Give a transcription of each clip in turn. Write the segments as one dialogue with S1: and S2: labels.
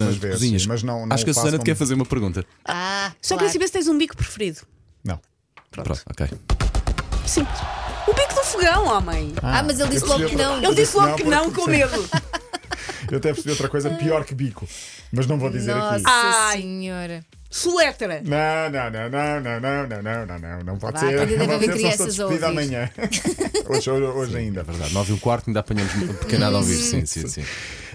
S1: algumas
S2: vê,
S1: cozinhas.
S2: sim, É assim, mas não- não
S1: Acho que a
S2: faço
S1: Susana te
S2: como-
S1: quer fazer uma pergunta.
S3: Ah,
S4: Só
S3: claro.
S4: queria saber se tens um bico preferido.
S2: Não.
S1: Pronto, ok.
S4: Simples. O bico do fogão, homem.
S3: Ah, mas ele disse
S2: eu
S3: logo que
S2: percebi-
S3: não.
S4: Ele disse logo
S2: não,
S4: que não,
S2: porque-
S4: com medo.
S2: Eu até percebi outra coisa pior que bico, mas não vou dizer
S3: Nossa
S2: aqui.
S4: Ai.
S3: senhora.
S4: Soletra.
S2: Não, não, não, não, não, não, não, não, não, não, não pode
S3: Vá,
S2: ser.
S3: que ainda
S2: não
S3: deve
S2: pode
S3: haver
S2: ser, senão estou
S3: crianças a
S2: despedido
S3: ouvir.
S2: amanhã. Hoje, hoje, hoje ainda.
S1: Verdade, 9 e um quarto, ainda apanhamos um pequenado ao vivo. Sim, sim, sim.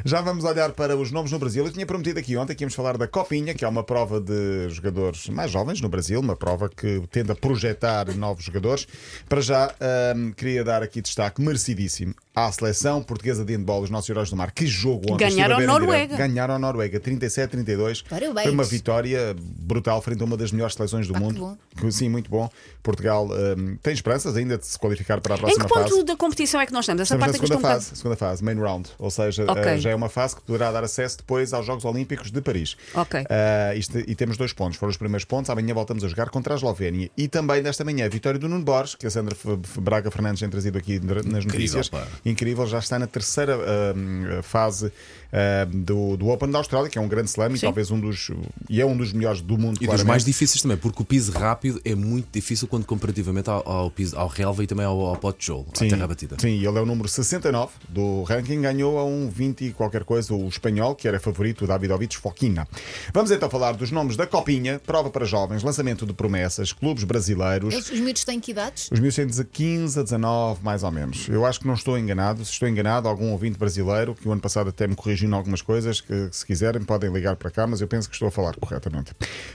S2: Já vamos olhar para os nomes no Brasil. Eu tinha prometido aqui ontem que íamos falar da Copinha, que é uma prova de jogadores mais jovens no Brasil, uma prova que tende a projetar novos jogadores. Para já, hum, queria dar aqui destaque merecidíssimo à seleção portuguesa de handball, os nossos heróis do mar. Que jogo ontem. Estive
S4: Ganharam
S2: a ver em
S4: a
S2: direto.
S4: Noruega.
S2: Ganharam a Noruega, 37-32.
S3: Parabéns.
S2: Foi uma vitória brutal frente a uma das melhores seleções do
S3: Pá, que
S2: mundo.
S3: bom.
S2: Que- Sim, muito bom. Portugal hum, tem esperanças ainda de se qualificar para a
S4: Em
S2: próxima
S4: que ponto
S2: fase.
S4: da competição é que nós estamos? Essa
S2: Estamos na
S4: parte é que eu
S2: segunda
S4: estou um
S2: fase,
S4: bocado.
S2: segunda fase, main round, ou seja,
S4: Ok.
S2: eh, já é uma fase que poderá dar acesso depois aos Jogos Olímpicos de Paris.
S4: Ok.
S2: Eh, isto- e temos dois pontos, foram os primeiros pontos, amanhã voltamos a jogar contra a Eslovénia. E também desta manhã, a vitória do Nuno Borges, que a Sandra F- F- Braga Fernandes tem trazido aqui dra- nas notícias.
S1: pá.
S2: Incrível, já está na terceira eh, fase eh, do, do Open da Austrália, que é um grande slam e talvez um dos. e é um dos melhores do mundo,
S1: E dos
S2: claramente.
S1: mais difíceis também, porque o piso rápido é muito difícil quando comparativamente ao, ao, piso, ao relva e também ao, ao pote de tijolo, à terra batida.
S2: Sim, ele é o número 69 do ranking, ganhou a um 20 e qualquer coisa o espanhol, que era favorito, o Davidovich Foquina. Vamos então falar dos nomes da Copinha, prova para jovens, lançamento de promessas, clubes brasileiros.
S3: Eles- os miúdos têm que idades?
S2: Os meus 15 a 19, mais ou menos. Eu acho que não estou enganado. Se estou enganado, algum ouvinte brasileiro, que o ano passado até me corrigiu em algumas coisas, que se quiserem podem ligar para cá, mas eu penso que estou a falar corretamente.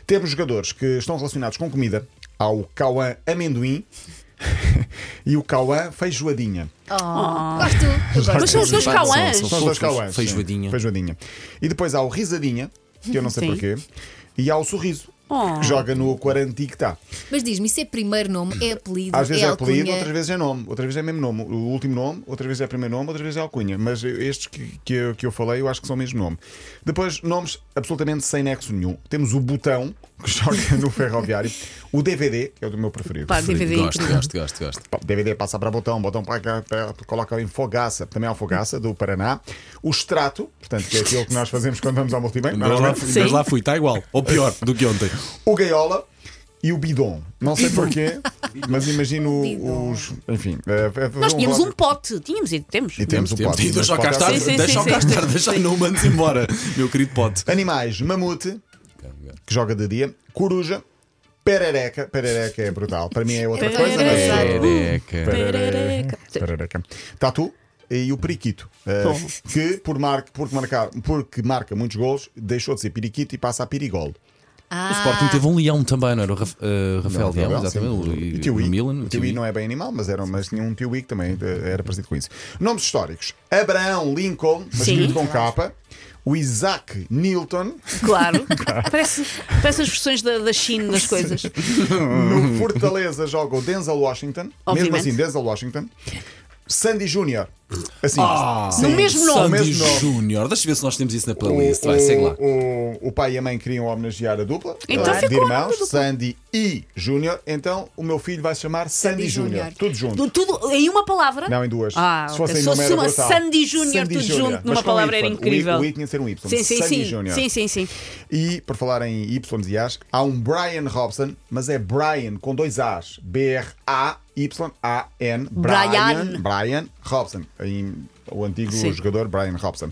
S2: Temos jogadores que estão relacionados com comida. Há o Cauã Amendoim e o Cauã Feijoadinha.
S3: Oh, Gosto. Eu gosto.
S4: Mas são os dois
S1: São- são-
S4: cauãs.
S1: são-
S2: São os dois cauãs. sim.
S1: Feijoadinha.
S2: Feijoadinha. E depois há o Risadinha, que eu não sei
S4: Sim.
S2: porquê. E há o Sorriso,
S4: Oh.
S2: que joga no Quarantictá.
S3: Mas diz-me, isso é primeiro nome, é apelido,
S2: Às vezes é,
S3: alcunha.
S2: apelido, outras vezes é nome. Outra vez é mesmo nome. O último nome, outra vez é primeiro nome, outra vez é alcunha. Mas eu- estes que, que, eu, que eu falei, eu acho que são o mesmo nome. Depois, nomes absolutamente sem nexo nenhum. Temos o Botão, que joga no Ferroviário. O DVD, que é o do meu preferido.
S4: Pá, DVD
S1: Gosto,
S4: incrível.
S1: gosto, gosto, gosto.
S2: Pá, DVD passa para botão, botão para cá, para- coloca em fogaça, também há o fogaça do Paraná. O extrato, portanto, que é aquilo que nós fazemos quando vamos ao multibanco,
S1: Mas lá,
S2: claramente.
S1: mas lá fui, está igual, ou pior do que ontem.
S2: o gaiola e o bidon. Não sei porquê, mas imagino os. Enfim, eh, eh,
S4: Nós tínhamos um
S2: voto.
S4: pote. Tínhamos e temos.
S2: E temos um o
S1: Temos
S2: pote.
S1: tido
S2: mas
S1: deixa-o cá
S2: pote
S1: estar,
S2: é-
S4: Sim, sim,
S1: deixa-o
S4: sim,
S1: cá
S4: sim.
S1: estar, deixa-o não mandes embora, meu querido pote.
S2: Animais: mamute, que joga de dia, coruja, perereca. Perereca é brutal. Para mim é outra coisa, mas.
S3: Perereca.
S1: Perereca.
S4: Perereca.
S2: Perereca. Tatu e o Periquito, eh, que por mar, porque, marcar, porque marca muitos gols, deixou de ser Periquito e passa a Pirigol.
S3: Ah,
S1: O Sporting teve um leão também, não era? O Raf- eh, Rafael Leão,
S2: Não,
S1: exatamente.
S2: sim.
S1: O,
S2: E
S1: e-
S2: Tio
S1: no
S2: I.
S1: Milan.
S2: O Tio I não é bem animal, mas, era, mas tinha um Tio I que também eh, era parecido com isso. Nomes históricos: Abraão Lincoln, mas
S4: Sim.
S2: escrito com capa. O Isaac Newton,
S4: Claro. Parece, parece as versões da, da China das coisas.
S2: no Fortaleza joga o Denzel Washington, mesmo
S4: Obviamente.
S2: assim, Denzel Washington. Sandy Júnior, assim, sim.
S4: No mesmo nome.
S1: Sandy
S2: Mesmo nome.
S1: Júnior, deixa eu ver se nós temos isso na playlist.
S2: O,
S1: Vai, segue lá.
S2: o- o um, pai e a mãe queriam homenagear a dupla
S4: Então
S2: eh, de
S4: ficou o nome da
S2: irmãos,
S4: dupla.
S2: Sandy e Júnior. Então o meu filho vai se chamar Sandy
S3: Sandy
S2: Júnior.
S3: Júnior.
S2: Tudo junto.
S4: Do- Tudo em uma palavra.
S2: Não, em duas.
S4: Ah,
S2: se
S4: ok.
S2: fosse em
S4: se
S2: nome
S4: fosse
S2: era
S4: uma
S2: brutal.
S4: Sandy Júnior,
S2: Sandy
S4: tudo
S2: Júnior.
S4: junto
S2: Mas
S4: numa
S2: com um
S4: palavra
S2: Y.
S4: era incrível.
S2: O I, o I tinha de ser um Y.
S4: Sim, sim,
S2: Sandy
S4: sim.
S2: Júnior.
S4: Sim, sim, sim.
S2: E, por falar em Ys e As, há um Brian Robson, mas é Brian com dois As. B-R-A-Y-A-N.
S4: Brian.
S2: Brian Robson. Em- o antigo
S4: Sim.
S2: jogador Brian Robson.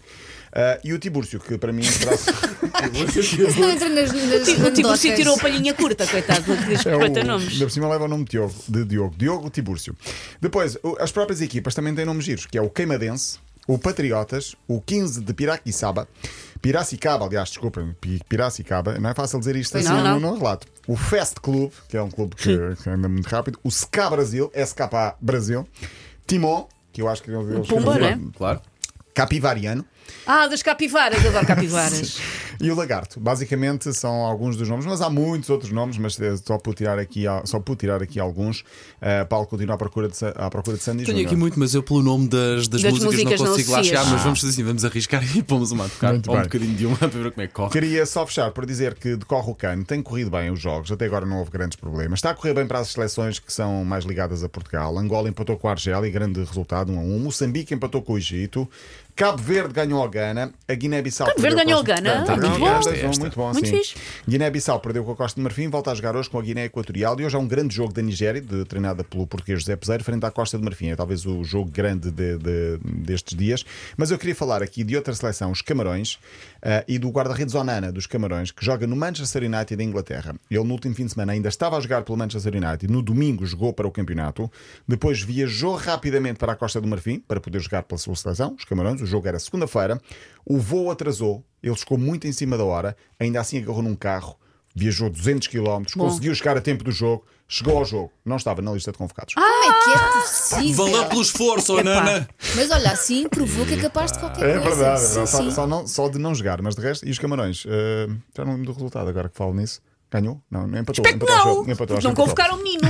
S2: Ah, e o Tibúrcio, que para mim é um será.
S4: é
S3: isso não entra nas, nas
S4: O Tiburcio
S3: anedotas.
S4: tirou a palhinha curta, coitado. Não diz
S2: É o-
S4: é nomes.
S2: Ainda por cima leva o nome de Diogo, de Diogo. Diogo Tibúrcio. Depois, o- as próprias equipas também têm nomes giros, que é o Queimadense, o Patriotas, o 15 de Piraquissaba, Piracicaba, aliás, desculpem, Pi- Piracicaba, não é fácil dizer isto assim
S4: não,
S2: no-
S4: não.
S2: no relato. O Fest Club, que é um clube que, que anda muito rápido, o SK Brasil, SK Brasil, Timon, que eu acho que eles eles-
S4: Pumba, né?
S1: Claro.
S2: Capivariano,
S4: Ah, das capivaras. Eu adoro capivaras.
S2: E o lagarto, basicamente são alguns dos nomes, mas há muitos outros nomes, mas eh, só por tirar aqui, al- só por tirar aqui alguns. Eh, Paulo continua à procura de, Sa- à procura de Sandy
S1: Tenho
S2: Júnior.
S1: aqui muito, mas eu pelo nome das, das,
S4: Das
S1: músicas,
S4: músicas
S1: não
S4: não
S1: consigo lá
S4: associas.
S1: chegar, mas vamos fazer assim, vamos arriscar e pomos uma a tocar
S2: Muito
S1: ou um
S2: bem.
S1: bocadinho de uma para ver como é que corre.
S2: Queria só fechar por dizer que decorre o cano, tem corrido bem os jogos, até agora não houve grandes problemas. Está a correr bem para as seleções que são um mais ligadas a Portugal. Angola empatou com a Argélia, grande resultado, 1 a 1. Moçambique empatou com o Egito. Cabo Verde ganhou ao Gana, a Guiné-Bissau
S4: Cabo Verde
S2: perdeu
S4: ganhou
S2: com a-
S4: ao Gana?
S2: Ganhou
S4: Muito
S2: ao Gana,
S4: bom.
S2: dois a um,
S1: Esta.
S2: muito bom,
S4: Muito
S2: sim.
S4: fixe.
S2: Guiné-Bissau perdeu com a Costa do Marfim, volta a jogar hoje com a Guiné Equatorial e hoje há um grande jogo da Nigéria, de- treinada pelo português José Peseiro, frente à Costa do Marfim. É talvez o jogo grande de- de- destes dias. Mas eu queria falar aqui de outra seleção, os Camarões, ah, e do guarda-redes Onana dos Camarões, que joga no Manchester United da Inglaterra. Ele, no último fim de semana, ainda estava a jogar pelo Manchester United, no domingo jogou para o campeonato, depois viajou rapidamente para a Costa do Marfim para poder jogar pela sua seleção, os Camarões. O jogo era segunda-feira, o voo atrasou. Ele chegou muito em cima da hora, ainda assim agarrou num carro, viajou 200 km, conseguiu chegar a tempo do jogo, chegou ao jogo, não estava na lista de convocados.
S4: Ah,
S3: Como é que é possível?
S1: Valeu pelo esforço, oh, Nana.
S3: Mas olha, assim provou que é capaz de qualquer
S2: É
S3: coisa.
S2: verdade, só,
S3: Sim, sim.
S2: só não- só de não jogar, mas de resto, e os Camarões? eh, já não lembro do resultado agora que falo nisso. Ganhou? Não, não empatou.
S4: Espero que
S2: empatou, acho eu.
S4: não.
S2: Empatou, acho
S4: Não
S2: que empatou.
S4: convocaram o menino.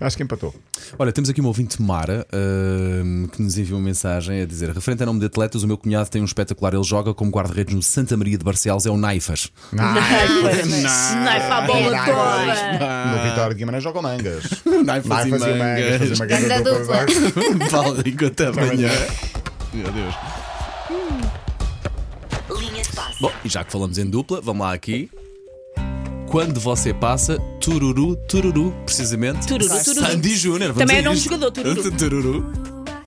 S2: Acho que empatou.
S1: Olha, temos aqui uma ouvinte Mara ahm, que nos enviou uma mensagem a dizer: referente a nome de atletas, o meu cunhado tem um espetacular. Ele joga como guarda-redes no Santa Maria de Barcelos, é o Naifas.
S4: Snaifa a bola toda.
S2: No Vitória de Guimarães joga o mangas.
S1: Naifas
S2: Vai
S1: e
S2: fazer mangas,
S1: mangas.
S2: fazer uma grande
S3: Grande
S2: dupla.
S3: dupla.
S1: Fala enquanto é amanhã. Meu Deus.
S5: Linha de passe.
S1: Bom, e já que falamos em dupla, vamos lá aqui. Quando você passa, tururu, tururu, precisamente.
S4: Tururu, tururu.
S1: Sandy Júnior. vamos
S4: Também
S1: a
S4: é nome
S1: isto.
S4: de jogador, tururu.
S1: Tururu.